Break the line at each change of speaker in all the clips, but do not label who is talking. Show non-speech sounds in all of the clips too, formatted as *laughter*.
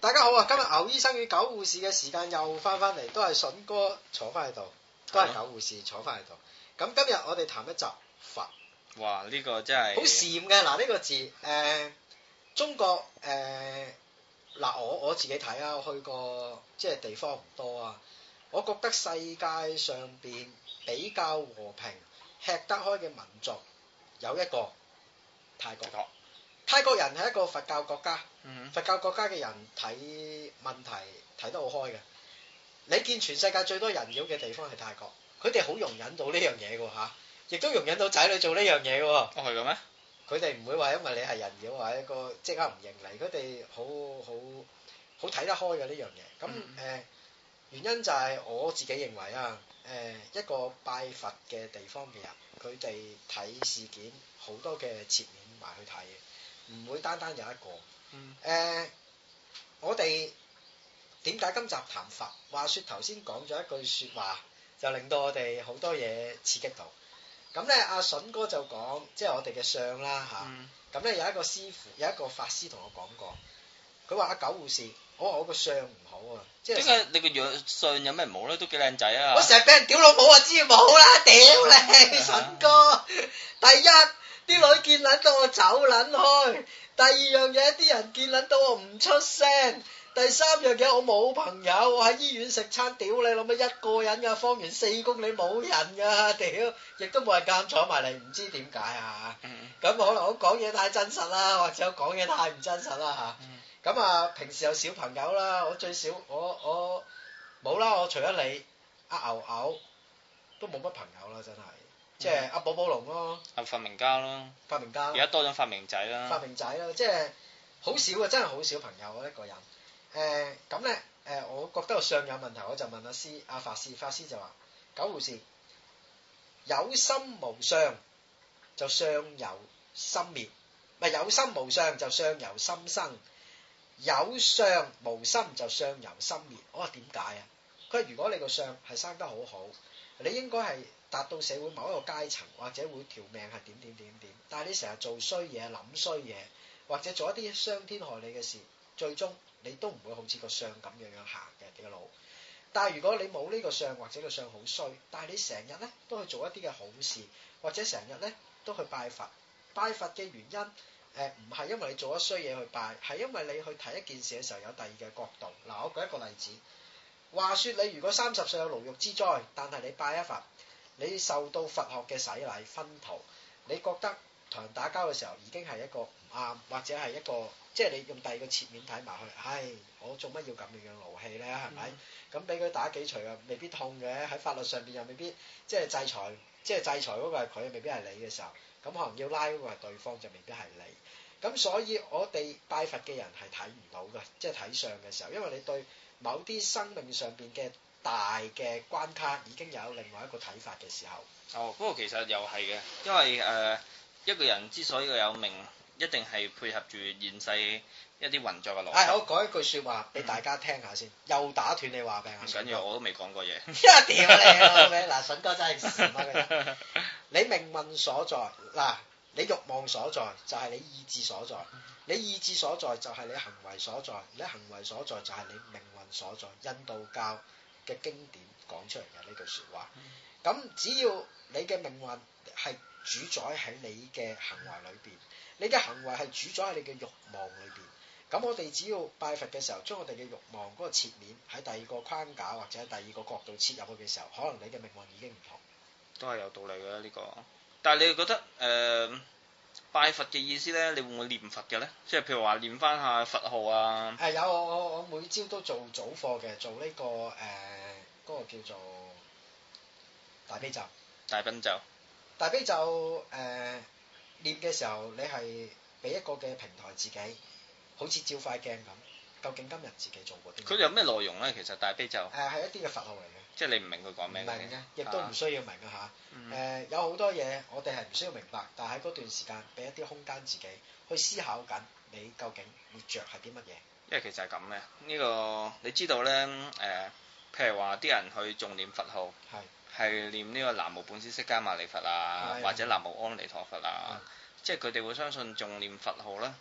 大家好啊！今日牛醫生與狗護士嘅時間又翻翻嚟，都係筍哥坐翻喺度，都係
係
狗護士坐翻喺度。咁今日我哋談一集佛，好
哇！呢、個真係
禪嘅嗱呢個字，誒、中國誒嗱、我我自己睇啊，我去過即係地方唔多啊，我覺得世界上邊比較和平、吃得開嘅民族有一個泰國
泰。國
泰國人係一個佛教國家。
嗯
佛教國家嘅人睇問題睇得好開嘅，你見全世界最多人妖嘅地方係泰國，佢哋好容忍到呢樣嘢嘅喎嚇，亦都容忍到仔女做呢樣嘢嘅喎。
哼，哦係嘅咩？
佢哋唔會話因為你係人妖或者一個即刻唔認你，佢哋好好好睇得開嘅呢樣嘢。咁誒、
嗯
呃原因就係我自己認為啊，誒、一個拜佛嘅地方嘅人，佢哋睇事件好多嘅切面埋去睇嘅，唔會單單有一個。
嗯
誒、呃我哋點解今集談佛？話説頭先講咗一句説話，就令到我哋好多嘢刺激到。咁咧，阿筍哥就講，即係我哋嘅相啦嚇。
嗯
咁咧、有一個師傅，有一個法師同我講過，佢話阿九護士，我話我個相唔好啊，即
點
係
解你個樣相有咩唔好咧？都幾靚仔啊！
我成日俾人屌老母啊，知唔好啦，屌你筍哥！第一，啲女見撚到我走撚開；第二樣嘢，啲人見撚到我唔出聲；第三樣嘢，我冇朋友，我喺醫院食餐屌你老母一個人噶，方圓四公里冇人噶，屌，亦都冇人敢坐埋嚟，唔知點解啊！
嗯
咁可能我講嘢太真實啦，或者我講嘢太唔真實啦嚇。
嗯
咁啊，平時有小朋友啦，我最少我我冇啦，我除咗你阿牛牛都冇乜朋友啦，真係，即係阿寶寶龍咯，
啊發明家咯，
發明家
而，家多咗發明仔
啊發
啦。
明仔啦，即係好少啊，真係好少朋友啊一個人。誒咁咧誒，我覺得個相有問題，我就問阿師阿法師，法師就話：九護士有心無相，就相由心滅；咪有心無相，就相由心生；有相無心，就相由心滅。我話點解啊？佢話如果你個相係生得好好，你應該係達到社會某一個階層，或者會條命係點點點點。但係你成日做衰嘢、諗衰嘢，或者做一啲傷天害理嘅事，最終你都唔會好似個相咁樣樣行嘅你個路。但係如果你冇呢個相，或者個相好衰，但係你成日咧都去做一啲嘅好事，或者成日咧都去拜佛。拜佛嘅原因，誒呃唔係因為你做咗衰嘢去拜，係因為你去睇一件事嘅時候有第二嘅角度。嗱，我舉一個例子，話説你如果三十歲有牢獄之災，但係你拜一佛，你受到佛學嘅洗禮熏陶，你覺得同人打交嘅時候已經係一個唔啱，或者係一個即係你用第二個切面睇埋去，唉，我做乜要咁樣樣勞氣咧？係咪？咁俾佢打幾錘啊，未必痛嘅，喺法律上邊又未必即係制裁，即係制裁嗰個係佢，未必係你嘅時候，咁可能要拉嗰個係對方，就未必係你。咁所以我哋拜佛嘅人係睇唔到嘅，即係睇相嘅時候，因為你對某啲生命上邊嘅大嘅關卡已經有另外一個睇法嘅時候，
哦，不過其實又係嘅，因為誒、呃一個人之所以佢有命，一定係配合住現世一啲運作嘅邏
唉，
輯。
我哎講一句説話俾大家聽下先，又打斷你話柄啊！
唔緊
*laughs*
要，我都未講過嘢。
呀，屌你啊老味！嗱，筍哥真係屎乜嘅人。你命運所在，嗱，你欲望所在就係你意志所在，你意志所在就係你行為所在，你行為所在就係你命運所在。印度教嘅經典講出嚟嘅呢句説話，咁只要你嘅命運係主宰喺你嘅行為裏邊，你嘅行為係主宰喺你嘅欲望裏邊。咁我哋只要拜佛嘅時候，將我哋嘅欲望嗰個切面喺第二個框架或者喺第二個角度切入去嘅時候，可能你嘅命運已經唔同。
*laughs* 都係有道理嘅呢、個，但係你覺得誒、呃拜佛嘅意思咧，你會唔會念佛嘅咧？即係譬如話念翻下佛號啊，
誒、有我我我每朝都做早課嘅，做呢、個誒嗰、個叫做大悲咒。
大奔咒。
大悲咒誒念嘅時候，你係俾一個嘅平台自己，好似照塊鏡咁。究竟今日自己做過啲
佢
咩？
有咩內容咧？其實大悲咒，
誒係一啲嘅佛號嚟
即係你唔明佢講
嘅，
咩
唔
嘅
明嘅，亦都唔需要明嘅嚇。誒、
嗯
有好多嘢我哋係唔需要明白，但係喺嗰段時間俾一啲空間自己去思考緊，你究竟活着係啲乜嘢？
因為其實係咁嘅，呢、個你知道咧誒、譬如話啲人去重念佛號，
係
係念呢個南無本師釋迦牟尼佛啊，
係
或者南無阿彌陀佛啊，即係佢哋會相信重念佛號咧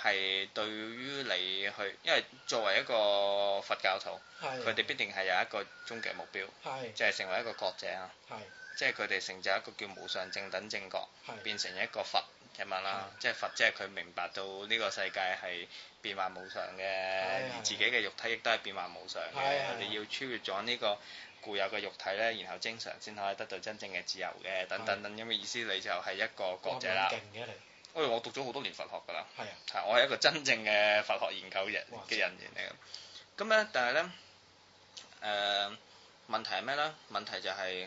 係對於你去，因為作為一個佛教徒，
係
佢哋必定係有一個終極目標，
係
就係成為一個覺者啊，
係
即係佢哋成就一個叫無上正等正覺，
係
變成一個佛咁樣啦。即係佛，即係佢明白到呢個世界係變幻無常嘅，
係
而自己嘅肉體亦都係變幻無常
係
嘅
係。
你要超越咗呢個固有嘅肉體咧，然後精神先可以得到真正嘅自由嘅，等等等咁嘅意思，你就係一個覺者
哇。
啦
咁勁嘅你，
因為哎我讀咗好多年佛學㗎啦。
係啊，
係，我係一個真正嘅佛學研究人
哇
嘅人員嚟嘅。咁咧，但係咧，誒、問題係咩咧？問題就係、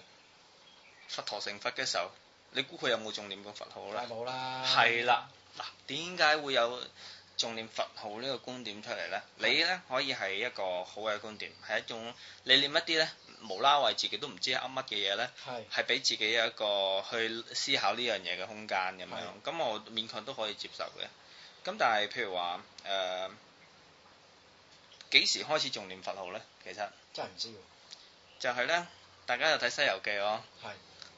佛陀成佛嘅時候，你估佢有冇重念過佛號
好
咧？
啦冇啦，
係啦，嗱，點解會有重念佛號呢個觀點出嚟咧？你咧可以係一個好嘅觀點，係一種你念一啲咧無啦為自己都唔知噏乜嘅嘢咧。
係
係俾自己有一個去思考呢樣嘢嘅空間咁樣，咁我勉強都可以接受嘅。咁但係譬如話誒，幾、時開始重念佛號呢？其實
真係唔知喎，
就係呢，大家有睇《西遊記》哦，
係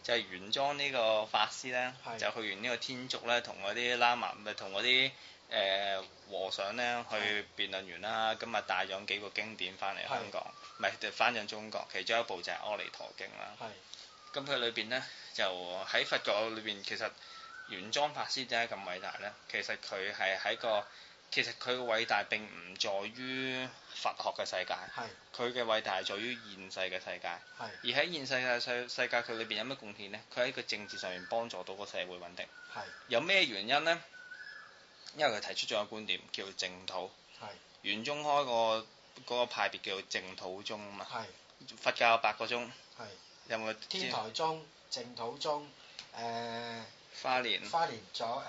就係玄奘呢個法師呢，
係
就去完呢個天竺呢，同嗰啲喇嘛咪同嗰啲誒和尚呢去辯論完啦，咁啊帶咗幾個經典翻嚟香港，唔係翻咗中國，其中一部就係《阿彌陀經》啦。
係
咁佢裏邊咧就喺佛教裏邊，其實玄奘法師點解咁偉大咧？其實佢係喺個，其實佢嘅偉大並唔在於佛學嘅世界，
係
佢嘅偉大係在於現世嘅世界。
係
而喺現世嘅世世界佢裏邊有咩貢獻咧？佢喺個政治上面幫助到個社會穩定。
係
有咩原因咧？因為佢提出咗個觀點叫淨土，
係
玄宗開個嗰個派別叫淨土宗啊嘛，
係
佛教有八個宗，
係
有冇
天台宗、淨土宗、
嗯
誒
花蓮？
花蓮咗誒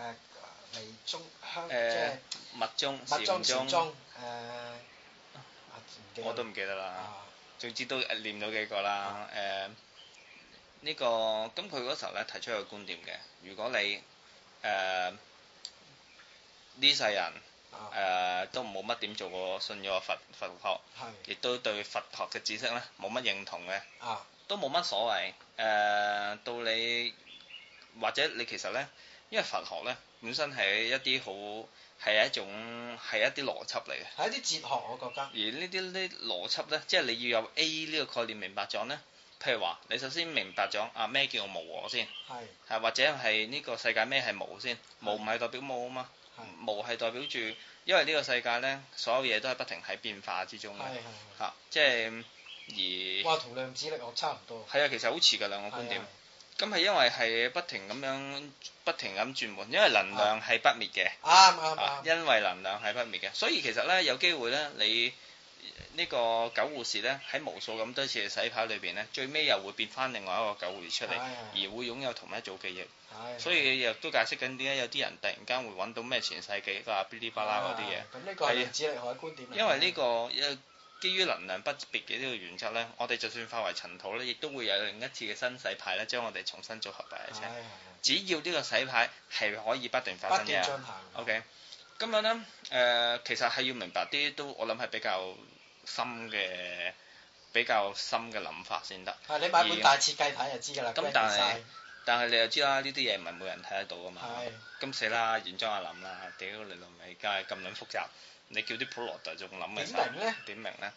嚟中香即
誒
係
密宗、
密宗、
禪
禪
宗，
宗誒啊唔記
我都
得
唔記得啦。
啊
總之都呃念到幾個啦。誒呢個咁佢嗰時候咧提出一個觀點嘅，如果你誒呢世人
啊
誒都冇乜點做過信咗佛佛學，
係
亦都對佛學嘅知識咧冇乜認同嘅，
啊
都冇乜所謂。誒到你或者你其實咧，因為佛學咧本身係一啲好係一種係一啲邏輯嚟嘅。
係一啲哲學，我覺得
而呢啲呢邏輯呢，即係你要有 A 呢個概念明白咗呢。譬如話，你首先明白咗啊咩叫無我先，
係
係或者係呢個世界咩係無先，無唔係代表冇啊嘛
係，
無係代表住，因為呢個世界呢，所有嘢都係不停喺變化之中
係
嘅
係係
嚇、即係而
哇同量子力學差唔多，
係啊，其實好似㗎兩個觀
啊
點，咁係因為係不停咁樣不停咁轉換，因為能量係不滅嘅。
係係啱啱
啊
啱，
因為能量係不滅嘅，所以其實咧有機會咧，你呢個九護士咧喺無數咁多次嘅洗牌裏邊咧，最尾又會變翻另外一個九護士出嚟，
係
而會擁有同一組記憶，
係
所以亦都解釋緊點解有啲人突然間會揾到咩前世記憶啊、嗶哩吧啦嗰啲嘢，
啊咁呢個係量子力學嘅觀點嚟嘅，
因為呢、個呃基於能量不滅嘅呢個原則咧，我哋就算化為塵土咧，亦都會有另一次嘅新洗牌咧，將我哋重新組合埋一齊。
係
只要呢個洗牌係可以不斷發
係不
生嘅
斷。進行，
OK，咁樣咧，誒、呃其實係要明白啲都，我諗係比較深嘅，比較深嘅諗法先得。
係啊你買本大設計睇就知㗎啦，
咁但係啊但係你又知啦，呢啲嘢唔係每人睇得到噶嘛。
係
咁死啦，原裝阿諗啦，屌你老味，梗係咁撚複雜，你叫啲普羅大眾諗嘅時候
點明咧？
點明咧？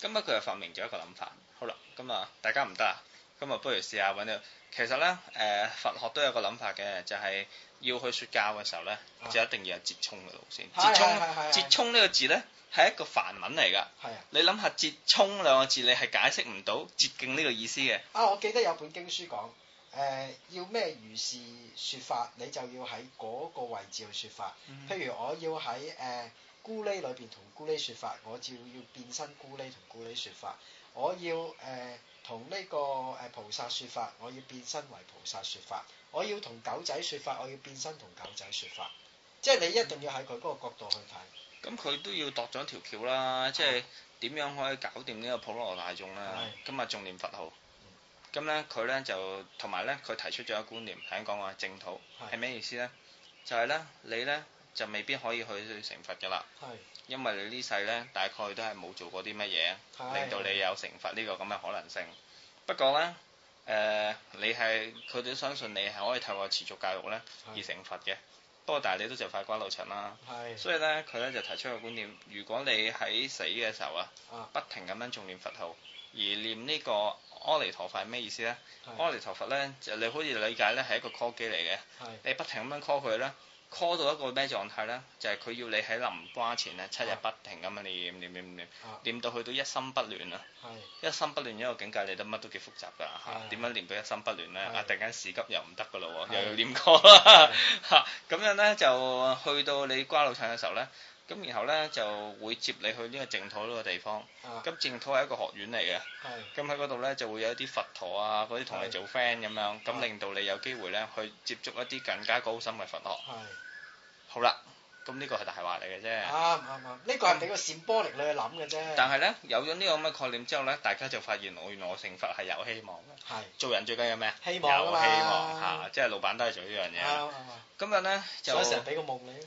咁啊，佢又發明咗一個諗法。好啦，咁啊，大家唔得啊，咁啊，不如試下揾到。其實咧，誒、佛學都有個諗法嘅，就係、要去説教嘅時候咧，
啊
就一定要有折衷嘅路線。
係係係
折衷，
係係
折衷呢個字咧係一個梵文嚟㗎。
係啊
你諗下折衷兩個字，你係解釋唔到捷徑呢個意思嘅。
啊！我記得有本經書講。誒、要咩如是説法，你就要喺嗰個位置去説法。
嗯
譬如我要喺誒咕喱裏邊同咕喱説法，我就要變身咕喱同咕喱説法。我要誒同呢個誒菩薩説法，我要變身為菩薩説法。我要同狗仔説法，我要變身同狗仔説法。即係你一定要喺佢嗰個角度去睇。
咁佢都要度咗條橋啦，即
啊
係點樣可以搞掂呢個普羅大眾啦？今日重念佛號，
嗯
咁咧佢咧就同埋咧佢提出咗一個觀念，頭先講話正土
係
係咩意思咧？就係咧你咧就未必可以去成佛噶啦，
係
因為你呢世咧大概都係冇做過啲乜嘢，
係
令到你有成佛呢個咁嘅可能性。不過咧，誒、你係佢哋都相信你係可以透過持續教育咧而成佛嘅。不過但係你都就快瓜老襯啦。
係
所以咧，佢咧就提出個觀點：如果你喺死嘅時候啊
啊，
不停咁樣重念佛號，而念呢個阿彌陀佛係咩意思咧？阿彌陀佛咧，就你好似理解咧係一個 call 機嚟嘅，
係
你不停咁樣 call 佢咧，call 到一個咩狀態咧？就係、佢要你喺臨瓜前咧七日
啊
不停咁樣念念念念
啊，
念到去到一心不亂啊！
係
一心不亂一個境界，你都乜都幾複雜㗎嚇
係。
點樣練到一心不亂咧？
係
啊，突然間事急又唔得㗎咯喎，
係
又要啊練過啦嚇。咁樣咧就去到你瓜老襯嘅時候咧，咁然後咧就會接你去呢個淨土呢個地方。
啊
咁淨土係一個學院嚟嘅，
係
咁喺嗰度咧就會有一啲佛陀啊嗰啲同你
係
做 friend 咁樣，咁
啊
令到你有機會咧去接觸一啲更加高深嘅佛學。
係
好啦，咁呢個係大話嚟嘅啫。
啱啱啱，呢個係你個閃波力你去諗嘅啫。
但係咧有咗呢個咁嘅概念之後咧，大家就發現哦我原來我成佛係有希望嘅。
係
做人最緊要咩？
希望啊
有
嘛
希望嚇、即係老闆都係做呢樣
啱
嘢。
啱啱，
咁樣咧
所以成日
就
俾個夢你。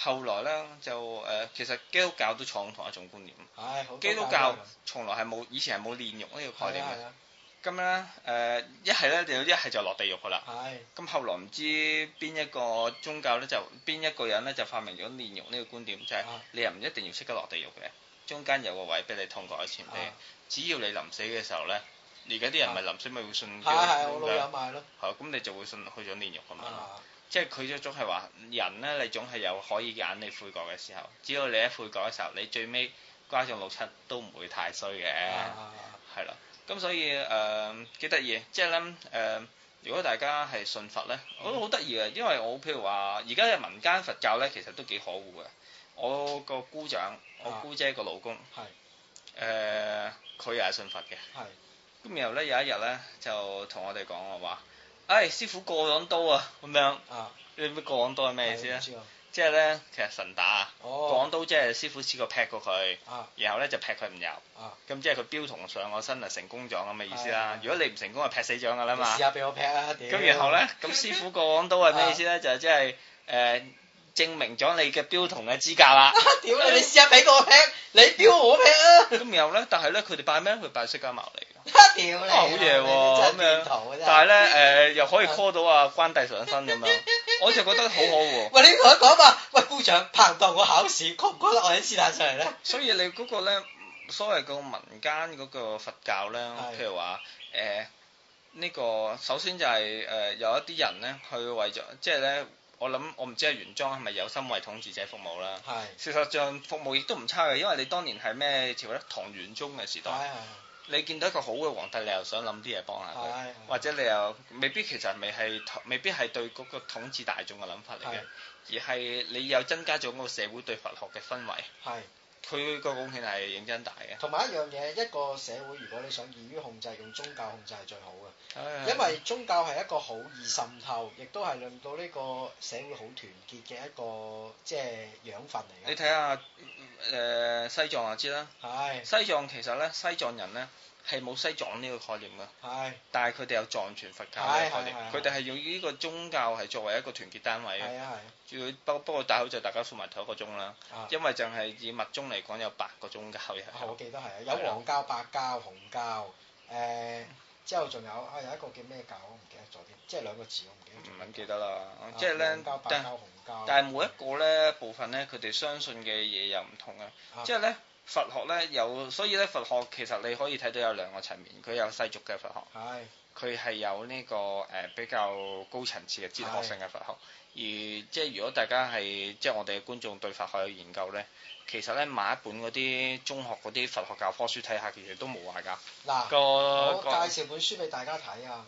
後來咧就誒、呃其實基督教都創同一種觀念，
唉，好多
基督
都
教
係
從來係冇以前係冇煉獄呢個概
咁
念
係
嘅。
啊
咁咧誒一係咧就一係就落地獄噶啦。
係啊，係
咁後來唔知邊一個宗教咧，就邊一個人咧就發明咗煉獄呢個觀點，就係、
啊
你又唔一定要識得落地獄嘅，中間有個位俾你通過喺前邊，
啊
只要你臨死嘅時候咧，而家啲人咪臨死咪會信
係啊
基
係，
督
我
宗
老友
教，
買咯。
係咁你就會信去咗煉獄咁樣咯。
啊
即係佢就總係話人咧，你總係有可以揀你悔改嘅時候，只要你喺悔改嘅時候，你最尾瓜中六七都唔會太衰嘅。
啊啊
係啦，咁所以誒幾得意，即係咧誒，如果大家係信佛咧，我覺得好得意嘅，啊因為我譬如話，而家嘅民間佛教咧，其實都幾可惡嘅。我個姑丈，我
啊
姑姐個老公，
係
誒，佢又係信佛嘅。
係
咁然後咧有一日咧就同我哋講我話，誒、師傅過咗刀啊咁樣，
啊
你知唔知過咗刀係咩意思
唔
咧？
知啊
即係咧其實神打啊，過
哦
咗刀即係師傅試過劈過佢。
啊
然後咧就劈佢唔入
啊，
咁即係佢標同上我身啊成功咗咁嘅意思啦
係。係
如果你唔成功就劈死咗㗎啦
你
嘛
試。下俾我劈啊！屌
咁然後咧，咁師傅過往都係咩意思咧？就係即係誒證明咗你嘅標同嘅資格
*laughs*
啦。
屌你！你試下俾我劈，你標我劈啊！
咁然後咧，但係咧佢哋拜咩？佢拜釋迦牟尼
*laughs*
㗎。
屌你！
啊好嘢喎
你真係變圖啊真係
但係咧誒呃又可以 call 到啊關帝上身咁
*laughs*
樣，我就覺得好好喎。
喂，你同佢講話，喂，姑丈，拍唔當我考試，覺唔覺得我喺師誕上嚟咧？
所以你嗰個咧，所謂個民間嗰個佛教咧，
係
譬如話誒呢個，首先就係、誒、有一啲人咧，佢為咗即係咧，我諗我唔知係原裝係咪有心為統治者服務啦。
係，
事實上服務亦都唔差嘅，因為你當年係咩朝咧？唐玄宗嘅時
係
代，
係
你見到一個好嘅皇帝，你又想諗啲嘢幫下佢，
係，
或者你又未必其實未係未必係對嗰個統治大眾嘅諗法嚟嘅，而係你又增加咗個社會對佛學嘅氛圍。
係。
佢個貢獻係認真大嘅，
同埋一樣嘢，一個社會如果你想易於控制，用宗教控制係最好嘅，
因
因為宗教係一個好易滲透，亦都係令到呢個社會好團結嘅一個即係養分嚟
你
嘅。
睇下誒、呃西藏就知啦，
係
西藏其實咧西藏人咧係冇西藏呢個概念㗎，
係
但係佢哋有藏傳佛教呢個概念
係係，係
佢哋係用呢個宗教係作為一個團結單位嘅。
係啊
主要不不過大口就大家數埋同一個鐘啦，
係啊！
因為就係以密宗嚟講有八個宗教嘅，
我記得係啊，有黃教、白教、紅教，誒之後仲有啊有一個叫咩教我唔記得咗添，即係兩個字我唔記得咗。
唔撚記得啦
啊。
即係咧
黃教、，白
但
教、紅教，
但係每一個咧部分咧，佢哋相信嘅嘢又唔同
啊
嘅，即係咧佛學咧有，所以咧佛學其實你可以睇到有兩個層面，佢有世俗嘅佛學，
係
佢係有呢、個誒、呃比較高層次嘅哲學性嘅佛學，而即係如果大家係即係我哋嘅觀眾對佛學有研究咧，其實咧買一本嗰啲中學嗰啲佛學教科書睇下，其實都冇壞㗎。
嗱。
個
啊我
個
介紹本書俾大家睇啊！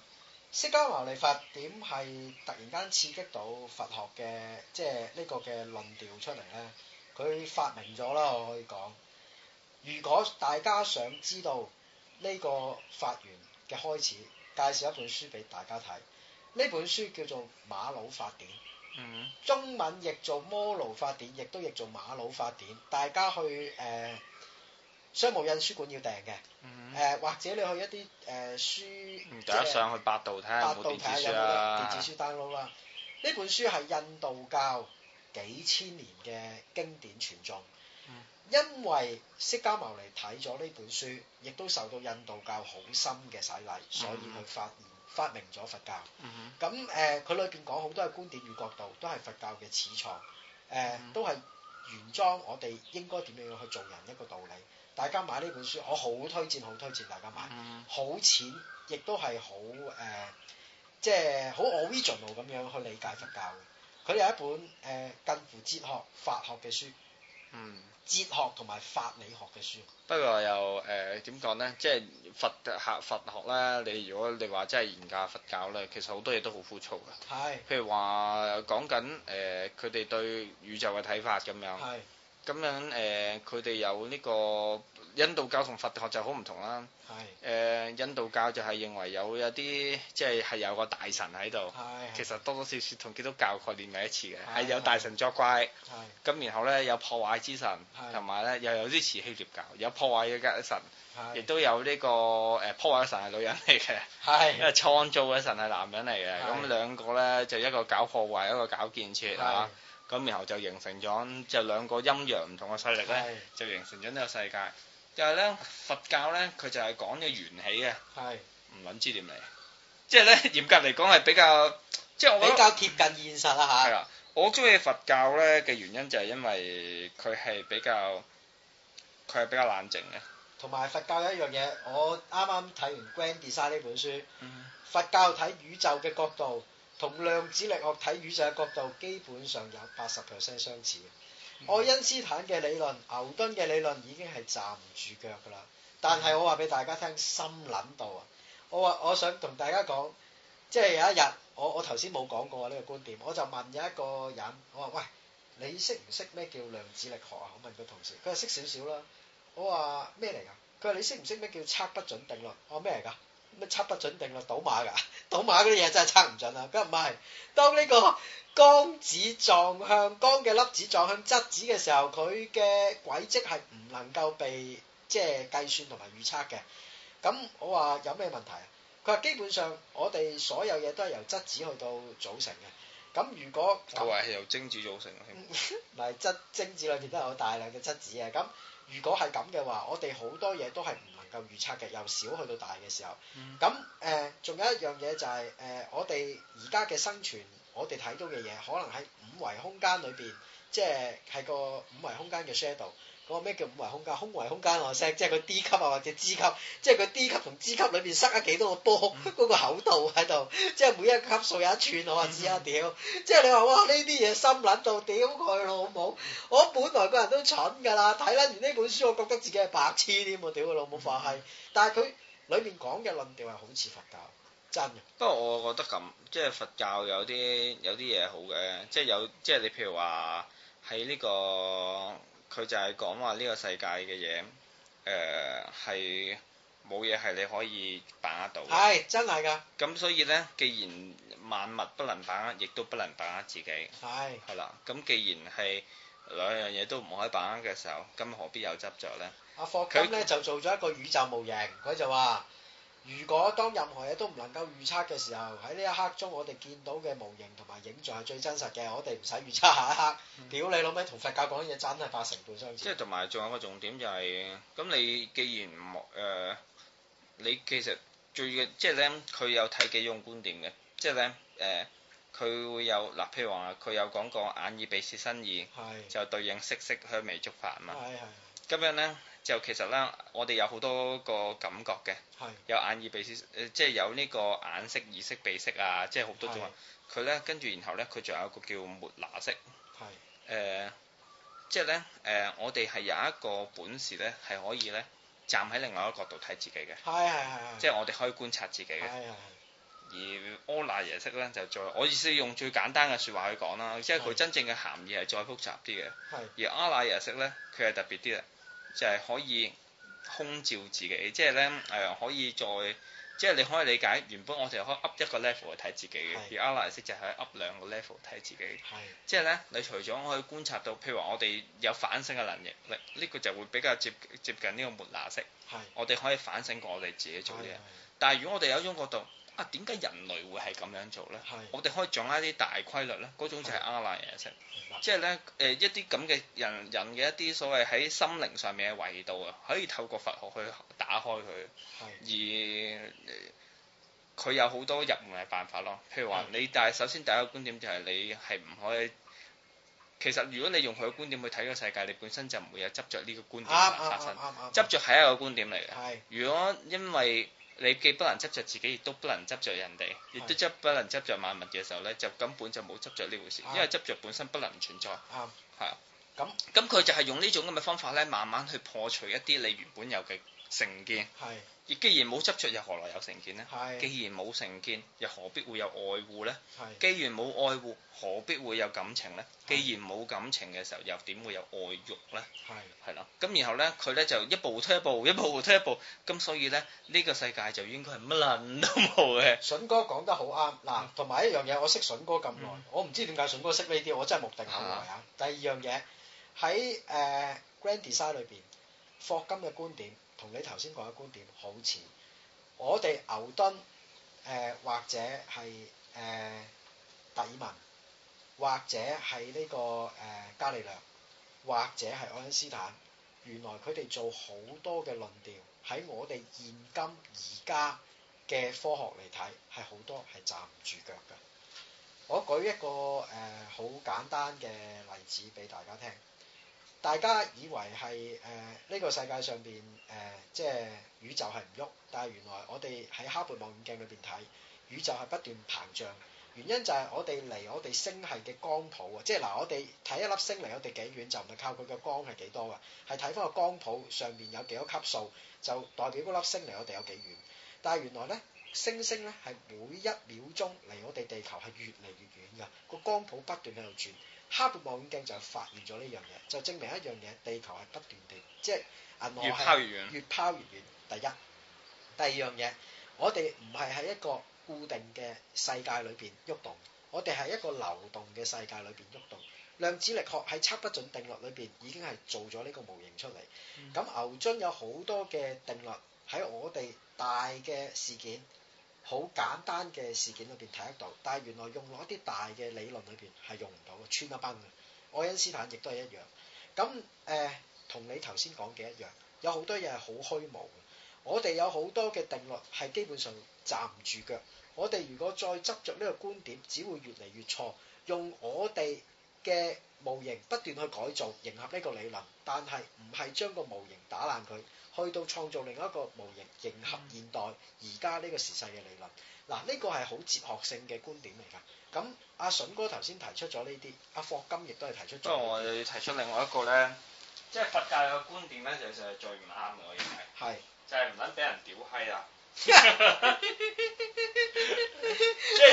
釋迦牟尼佛點係突然間刺激到佛學嘅，即係呢個嘅論調出嚟咧？佢發明咗啦，我可以講。如果大家想知道呢個發源嘅開始，介紹一本書俾大家睇。呢本書叫做《馬魯法典》。
嗯
中文譯做摩奴法典，亦都譯做馬魯法典。大家去誒、呃商務印書館要訂嘅，誒、
嗯
或者你去一啲誒、呃、書，
嗯，
即
大家
係
上去百度睇下
百
有冇
度
電
睇下啊有
子書
冇
啊
得
啦
電。子書 download 啦。呢本書係印度教幾千年嘅經典傳頌
嗯，
因為釋迦牟尼睇咗呢本書，亦都受到印度教好深嘅洗禮，所以佢發現發明咗佛教。
嗯
咁誒，呃佢裏邊講好多嘅觀點與角度，都係佛教嘅始創，誒、
嗯
都係原裝我哋應該點樣樣去做人一個道理。大家買呢本書，我好推薦，好推薦大家買，
嗯
好淺，亦都係好誒，即係好 original 咁樣去理解佛教嘅。佢有一本誒、近乎哲學、法學嘅書，
嗯。
哲學同埋法理學嘅書。
不過又誒點講咧？即係佛學佛學咧，你如果你話真係研究佛教咧，其實好多嘢都好枯燥嘅。
係
譬如話講緊誒，呃佢哋對宇宙嘅睇法咁樣，
係
咁樣誒，呃佢哋有呢個印度教同佛學就好唔同啦。
係
誒、印度教就係認為有一啲即係係有個大神喺度，
係
其實多多少少同基督教概念係一似嘅，係
係
有
係
大神作怪。
係
咁然後咧有破壞之神
係，
同埋咧又有啲似希臘教，有破壞嘅神，亦
係
都有呢、個誒、呃破壞嘅神係女人嚟嘅，因
係
為創造嘅神係男人嚟嘅，
係
咁兩個咧就一個搞破壞，一個搞建設
係
啊，咁然後就形成咗就兩個陰陽唔同嘅勢力咧，就形成咗呢個世界。但係咧佛教咧佢就係講嘅緣起嘅，
係
唔撚知點嚟，即係咧 *laughs* 嚴格嚟講係比較，即係我覺得
比。較貼近現實啦嚇
係。啦，我中意佛教咧嘅原因就係因為佢係比較，佢係比較冷靜嘅。
同埋佛教有一樣嘢，我啱啱睇完《Grand Design》呢本書，
嗯
佛教睇宇宙嘅角度同量子力學睇宇宙嘅角度基本上有八十 percent 相似嘅。愛因斯坦嘅理論、牛頓嘅理論已經係站唔住腳㗎啦。但係我話俾大家聽，心諗到啊！我話我想同大家講，即係有一日，我我頭先冇講過啊呢、個觀點，我就問有一個人，我話喂，你識唔識咩叫量子力學啊？我問個同事，佢話識少少啦。我話咩嚟㗎？佢話你識唔識咩叫測不準定律？我話咩嚟㗎？咩測不準定律？賭馬㗎， *laughs* 賭馬嗰啲嘢真係測唔準啊！佢話唔係，當呢個光子撞向光嘅粒子撞向質子嘅時候，佢嘅軌跡係唔能夠被即係計算同埋預測嘅。咁我話有咩問題啊？佢話基本上我哋所有嘢都係由質子去到組成嘅。咁如果
佢話係由精子組成嘅添。
嗱質精子裏邊都有大量嘅質子嘅，咁如果係咁嘅話，我哋好多嘢都係唔能夠預測嘅，由小去到大嘅時候
嗯。
咁誒，仲、有一樣嘢就係、誒、我哋而家嘅生存，我哋睇到嘅嘢，可能喺五維空間裏邊，即係係個五維空間嘅 shadow。嗰個咩叫五維空間？空維空間我識，即係個 D 級啊，或者 G 級，即係個 D 級同 G 級裏邊塞咗幾多個波，嗰個厚度喺度，即係每一級數有一寸，我話知啊，屌！即係你話哇呢啲嘢心撚到屌佢老母！我本來個人都蠢㗎啦，睇撚完呢本書，我覺得自己係白痴添喎，屌佢老母話
嗯
係！但係佢裏面講嘅論調係好似佛教，真嘅。
不過我覺得咁，即係佛教有啲有啲嘢好嘅，即係有即係你譬如話喺呢個，佢就係講話呢個世界嘅嘢，誒係冇嘢係你可以把握到嘅。
係真係㗎，
咁所以咧，既然萬物不能把握，亦都不能把握自己。
係
係啦，咁既然係兩樣嘢都唔可以把握嘅時候，咁何必有執着呢？
阿霍
佢
金咧就做咗一個宇宙模型，佢就話：如果當任何嘢都唔能夠預測嘅時候，喺呢一刻中我哋見到嘅模型同埋影像係最真實嘅，我哋唔使預測下一刻。屌你老味，同佛教講嘅嘢真係八成半相
嗯即係
似。
同埋仲有一個重點就係、咁你既然唔誒、呃你其實最嘅即係呢，佢有睇幾種觀點嘅，即係呢，誒、佢會有嗱，譬如話佢有講過眼耳鼻舌身意，
係
就對應色色香味觸法啊嘛。
係係
咁樣呢，就其實呢，我哋有好多個感覺嘅，
係
有眼耳鼻舌，呃即係有呢個眼色、耳色、鼻色啊，即係好多種啊。佢咧，跟住然後咧，佢仲有一個叫抹拿式，誒、
係
呃即係咧，誒、我哋係有一個本事咧，係可以咧站喺另外一個角度睇自己嘅，
係係係
即係我哋可以觀察自己
係
嘅。
係係
而阿那耶式咧就最，我意思用最簡單嘅説話去講啦，即係佢
係
真正嘅含義係再複雜啲嘅。
係
而阿那耶式咧，佢係特別啲啦，就係、可以空照自己，即係咧誒可以再。即係你可以理解，原本我哋可以 up 一個 level 去睇自己嘅，
係
而阿那耶式就係 up 兩個 level 睇自己嘅。
係
即係咧，你除咗可以觀察到，譬如話我哋有反省嘅能力，呢、呢個就會比較接接近呢個末那式。
係
我哋可以反省過我哋自己做
係
嘢。
係
但係如果我哋有一種角度，啊點解人類會係咁樣做呢？
係
我哋可以掌握一啲大規律呢，嗰種就係阿賴耶識。
明白
即係呢，誒、一啲咁嘅人人嘅一啲所謂喺心靈上面嘅維度啊，可以透過佛學去打開佢。
係
而誒佢有好多入門嘅辦法咯。譬如話你，但係首先第一個觀點就係你係唔可以。其實如果你用佢嘅觀點去睇個世界，你本身就唔會有執着呢個觀點
啱
嘅
啱
發
啱
生。
啱啱，
執着係一個觀點嚟嘅。
係
如果因為你既不能執着自己，亦都不能執着人哋，亦都執不能執着萬物嘅時候呢，就根本就冇執着呢回事，
啱
因為執着本身不能存在。
啱
係啊。
咁
咁佢就係用呢種咁嘅方法呢，慢慢去破除一啲你原本有嘅成見。
係
亦既然冇執着，又何來有成見呢？
係
既然冇成見，又何必會有愛護呢？
係
既然冇愛護，何必會有感情呢？
係
既然冇感情嘅時候，又點會有愛欲呢？
係
係啦，咁然後咧，佢咧就一步推一步， *laughs* 一步推一步，咁所以咧，呢、個世界就應該係乜撚都冇嘅。
筍哥講得好啱嗱，同埋一樣嘢，我識筍哥咁耐
嗯，
我唔知點解筍哥識呢啲，我真係目定口呆啊！第二樣嘢喺誒 Grand Design 裏邊，霍金嘅觀點同你頭先講嘅觀點好似，我哋牛頓誒、呃或者係誒達爾文，或者係呢、個誒、呃伽利略，或者係愛因斯坦，原來佢哋做好多嘅論調喺我哋現今而家。嘅科學嚟睇，係好多係站唔住腳嘅。我舉一個誒好、簡單嘅例子俾大家聽。大家以為係誒呃呢個世界上邊誒、呃即係宇宙係唔喐，但係原來我哋喺哈勃望遠鏡裏邊睇，宇宙係不斷膨脹。原因就係我哋離我哋星系嘅光譜啊，即係嗱，我哋睇一粒星離我哋幾遠就唔係靠佢嘅光係幾多㗎，係睇翻個光譜上面有幾多級數，就代表嗰粒星離我哋有幾遠。但係原來咧，星星咧係每一秒鐘離我哋地球係越嚟越遠㗎，個光譜不斷喺度轉。哈勃望遠鏡就發現咗呢樣嘢，就證明一樣嘢，地球係不斷地即係銀河
越
系
拋越遠。
越拋越遠。第一，第二樣嘢，我哋唔係喺一個固定嘅世界裏邊喐動，我哋係一個流動嘅世界裏邊喐動。量子力學喺測不準定律裏邊已經係做咗呢個模型出嚟。咁、牛津有好多嘅定律喺我哋大嘅事件、好簡單嘅事件裏邊睇得到，但係原來用落一啲大嘅理論裏邊係用唔到嘅，穿一崩嘅。愛因斯坦亦都係一樣。咁誒，呃同、你頭先講嘅一樣。有好多嘢係好虛無嘅。我哋有好多嘅定律係基本上站唔住腳。我哋如果再執着呢個觀點，只會越嚟越錯。用我哋嘅模型不斷去改造，迎合呢個理論，但係唔係將個模型打爛佢，去到創造另一個模型，迎合現代而家呢個時勢嘅理論。嗱，呢個係好哲學性嘅觀點嚟㗎。咁阿筍哥頭先提出咗呢啲，阿霍金亦都係提出
不過
咗
我
呢
又要提出另外一個咧，即係佛教嘅觀點咧，就就係最唔啱嘅，我認為
*laughs* 啲，係
就係唔撚俾人屌閪啊！ *laughs* 即係如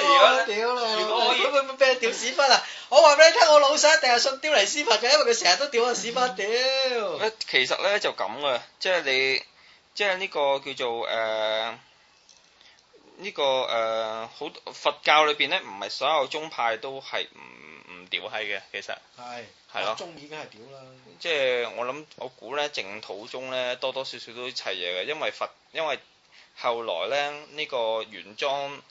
果呢
哦屌你，
如果可以
會唔會俾你屌屎忽啊？我話俾你聽，我老細一定係信屌嚟屎忽嘅，因為佢成日都屌我屎忽，
嗯
屌。
咧其實咧就咁嘅，即係你，即係呢個叫做誒。呃呢、個誒、呃好多佛教裏邊咧，唔係所有宗派都係唔唔屌閪嘅，其實
係
係咯
中已經係屌啦，
即係我諗，我估咧淨土宗咧多多少少都齊嘢嘅，因為佛，因為後來咧呢、個原裝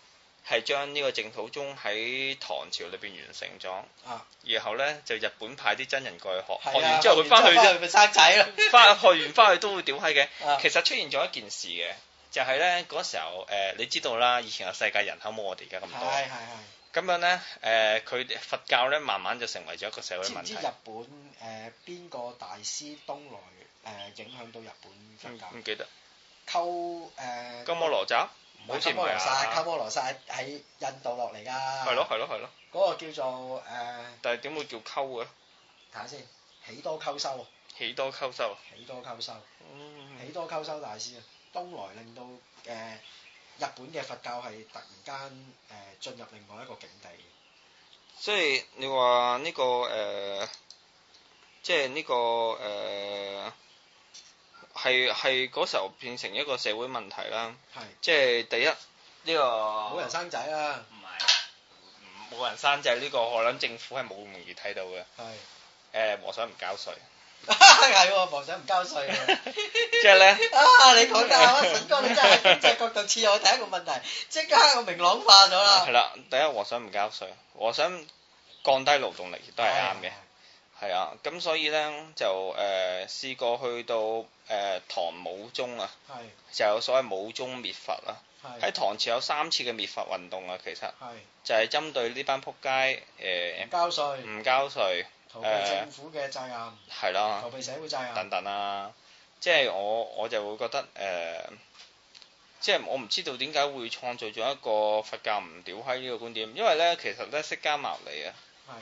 係將呢個淨土宗喺唐朝裏邊完成咗，
啊
然後咧就日本派啲真人過去學，
係啊
學完哦之後佢翻去啫，
去咪生仔咯。
翻學完翻去都會屌閪嘅。
啊
其實出現咗一件事嘅，就係咧嗰時候誒、呃你知道啦，以前嘅世界人口冇我哋而家咁多，
係係
咁樣咧誒，呃佢、哋佛教咧慢慢就成為咗一個社會
係，知唔
問
知
題。
日本誒邊個大師東來誒影響到日本佛教？
唔記得
溝誒
金摩羅集。
唔
好
係
似
鳩
唔
摩
係
羅薩，鳩
啊，
摩羅薩喺印度落嚟㗎。
係咯。係咯係咯，
嗰個叫做誒
但係點會叫溝嘅？
睇下先，喜多鳩修啊，
喜多溝收，
喜多鳩修。
嗯
喜多溝修大師啊，東來令到誒、呃日本嘅佛教係突然間誒、呃、進入另外一個境地。
所以你話呢個誒，即係呢個誒，係係嗰時候變成一個社會問題啦。
係
即係第一呢個
冇人生仔啦，
唔係冇人生仔呢個，我諗政府係冇容易睇到嘅。
係
誒和尚唔交稅，
*laughs* 係喎，皇上唔交
*laughs*
稅喎。
即係咧
啊，你講得啱，神哥你真係經濟角度切入我第一個問題，即刻我明朗化咗啦。
係啦，第一和尚唔交稅，和尚降低勞動力亦都係啱嘅。係啊，咁所以咧就誒、呃、試過去到誒、呃唐武宗啊，
係
就有所謂武宗滅佛啦。
係
喺唐朝有三次嘅滅佛運動啊，其實
係
就係針對呢班撲街誒
交税，
唔交税
逃避
誒
政府嘅責任，
係啦
逃避社會責任，
等等啦。即係我我就會覺得誒、呃即係我唔知道點解會創造咗一個佛教唔屌閪呢個觀點，因為咧其實咧釋迦牟尼啊。
係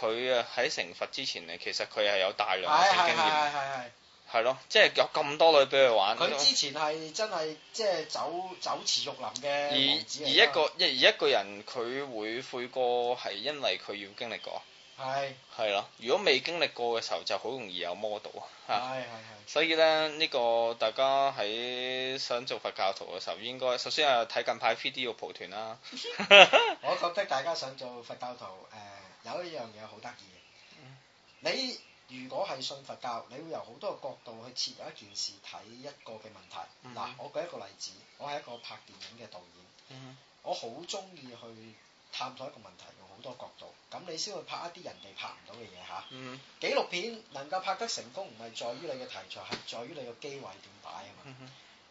佢啊喺成佛之前咧，其實佢係有大
係
量嘅性
係係
經驗，
係係
係咯，即係有咁多女俾佢玩。
佢之前係真係即係走走池玉林
而而
嘅王子嚟
一
㗎
個而一個人佢會悔過係因為佢要經歷過，
係
係咯。如果未經歷過嘅時候，就好容易有魔道啊。
係係係
所以咧，呢、個大家喺想做佛教徒嘅時候，應該首先係睇近排 P D 肉蒲團啦。
我覺得大家想做佛教徒，誒、有一樣嘢好得
嗯
意嘅。你如果係信佛教，你會由好多個角度去切入一件事睇一個嘅問題。
嗯
嗱、我舉一個例子，我係一個拍電影嘅導演，
嗯
我好中意去探索一個問題，用好多角度，咁你先會拍一啲人哋拍唔到嘅嘢嚇。
嗯
紀錄片能夠拍得成功，唔係在於你嘅題材，係在於你個機位點擺啊嘛。
嗯哼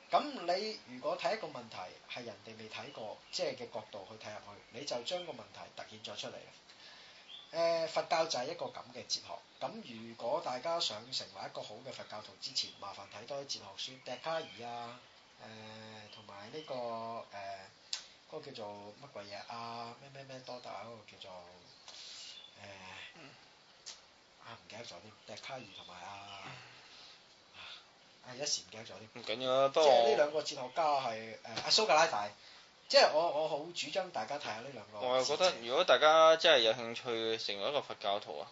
咁你如果睇一個問題係人哋未睇過，即係嘅角度去睇入去，你就將個問題突顯咗出嚟啦。誒、佛教就係一個咁嘅哲學。咁如果大家想成為一個好嘅佛教徒之前，麻煩睇多啲哲學書，笛卡爾啊，誒同埋呢個誒嗰、個叫做乜鬼嘢啊？咩咩咩多特啊嗰、個叫做誒、啊唔記得咗添，笛卡爾同埋啊啊啊一時唔記得咗添。
唔緊要啦，
即
不過
係呢
我
兩個哲學家係誒阿蘇格拉底，即係我我好主張大家睇下呢兩個。
我又覺得如果大家真係有興趣成為一個佛教徒啊，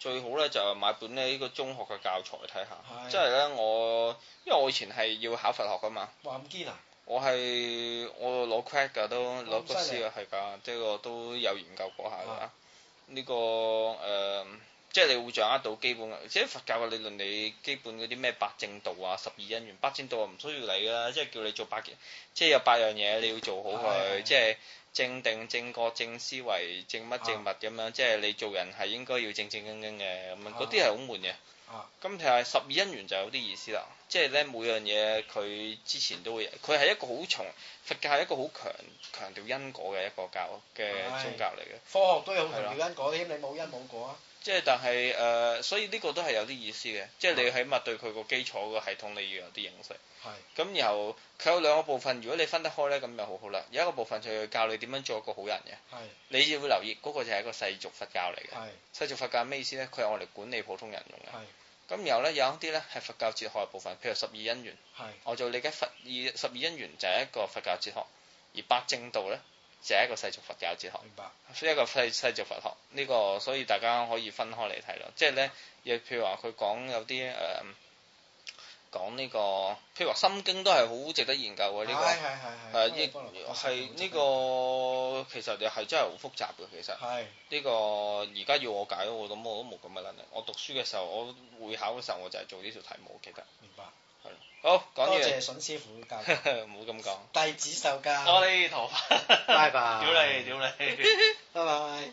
最好咧就係買本呢個中學嘅教材睇
係
下。即係咧我，因為我以前係要考佛學噶嘛，
哇咁堅啊！
我係我攞 credit 㗎都
咁哦
攞筆
犀利
試啊，係㗎，即係我都有研究過下㗎
啊。
呢、個誒、呃即係你會掌握到基本嘅，即係佛教嘅理論，你基本嗰啲咩八正道啊、十二因緣，八正道啊唔需要你㗎啦，即係叫你做八件，即係有八樣嘢你要做好
係係
佢，即係。正定、正覺、正思維、正
啊
乜正物咁樣，即係你做人係應該要正正經經嘅咁樣，嗰啲係好悶嘅
啊。
咁其實十二因緣就有啲意思啦，即係咧每樣嘢佢之前都會，佢係一個好重佛教係一個好強強調因果嘅一個教
係
嘅宗教嚟嘅，
科學都有同條因果添，你冇因冇果啊！
即係但係誒、呃所以呢個都係有啲意思嘅，即係你起碼對佢個基礎個系統你要有啲認識。
係
咁然後佢有兩個部分，如果你分得開咧，咁就好好啦。有一個部分就係教你點樣做一個好人嘅。
係
你要留意嗰、個就係一個世俗佛教嚟嘅。
係
世俗佛教咩意思咧？佢係我哋管理普通人用嘅。
係
咁然後咧有一啲咧係佛教哲學嘅部分，譬如十二因緣，
係
我就理解佛二十二因緣就係一個佛教哲學，而八正道咧就係一個世俗佛教哲學。
明白
所以一個世世俗佛學呢、個，所以大家可以分開嚟睇咯。即係咧，亦譬如話佢講有啲誒、講呢、個，譬如話《心經》都係好值得研究嘅呢、
係係係
個。
係
誒，亦係呢個其實又係真係好複雜嘅。其實
係
呢個而家要我解，我諗我都冇咁嘅能力。我讀書嘅時候，我會考嘅時候，我就係做呢條題目，我記得。
明白。
好，講
多
完，
謝筍師傅教
*laughs*
導
唔好咁講。
弟子受教，
呢頭髮， *laughs*
拜拜
屌你，屌你。
拜拜。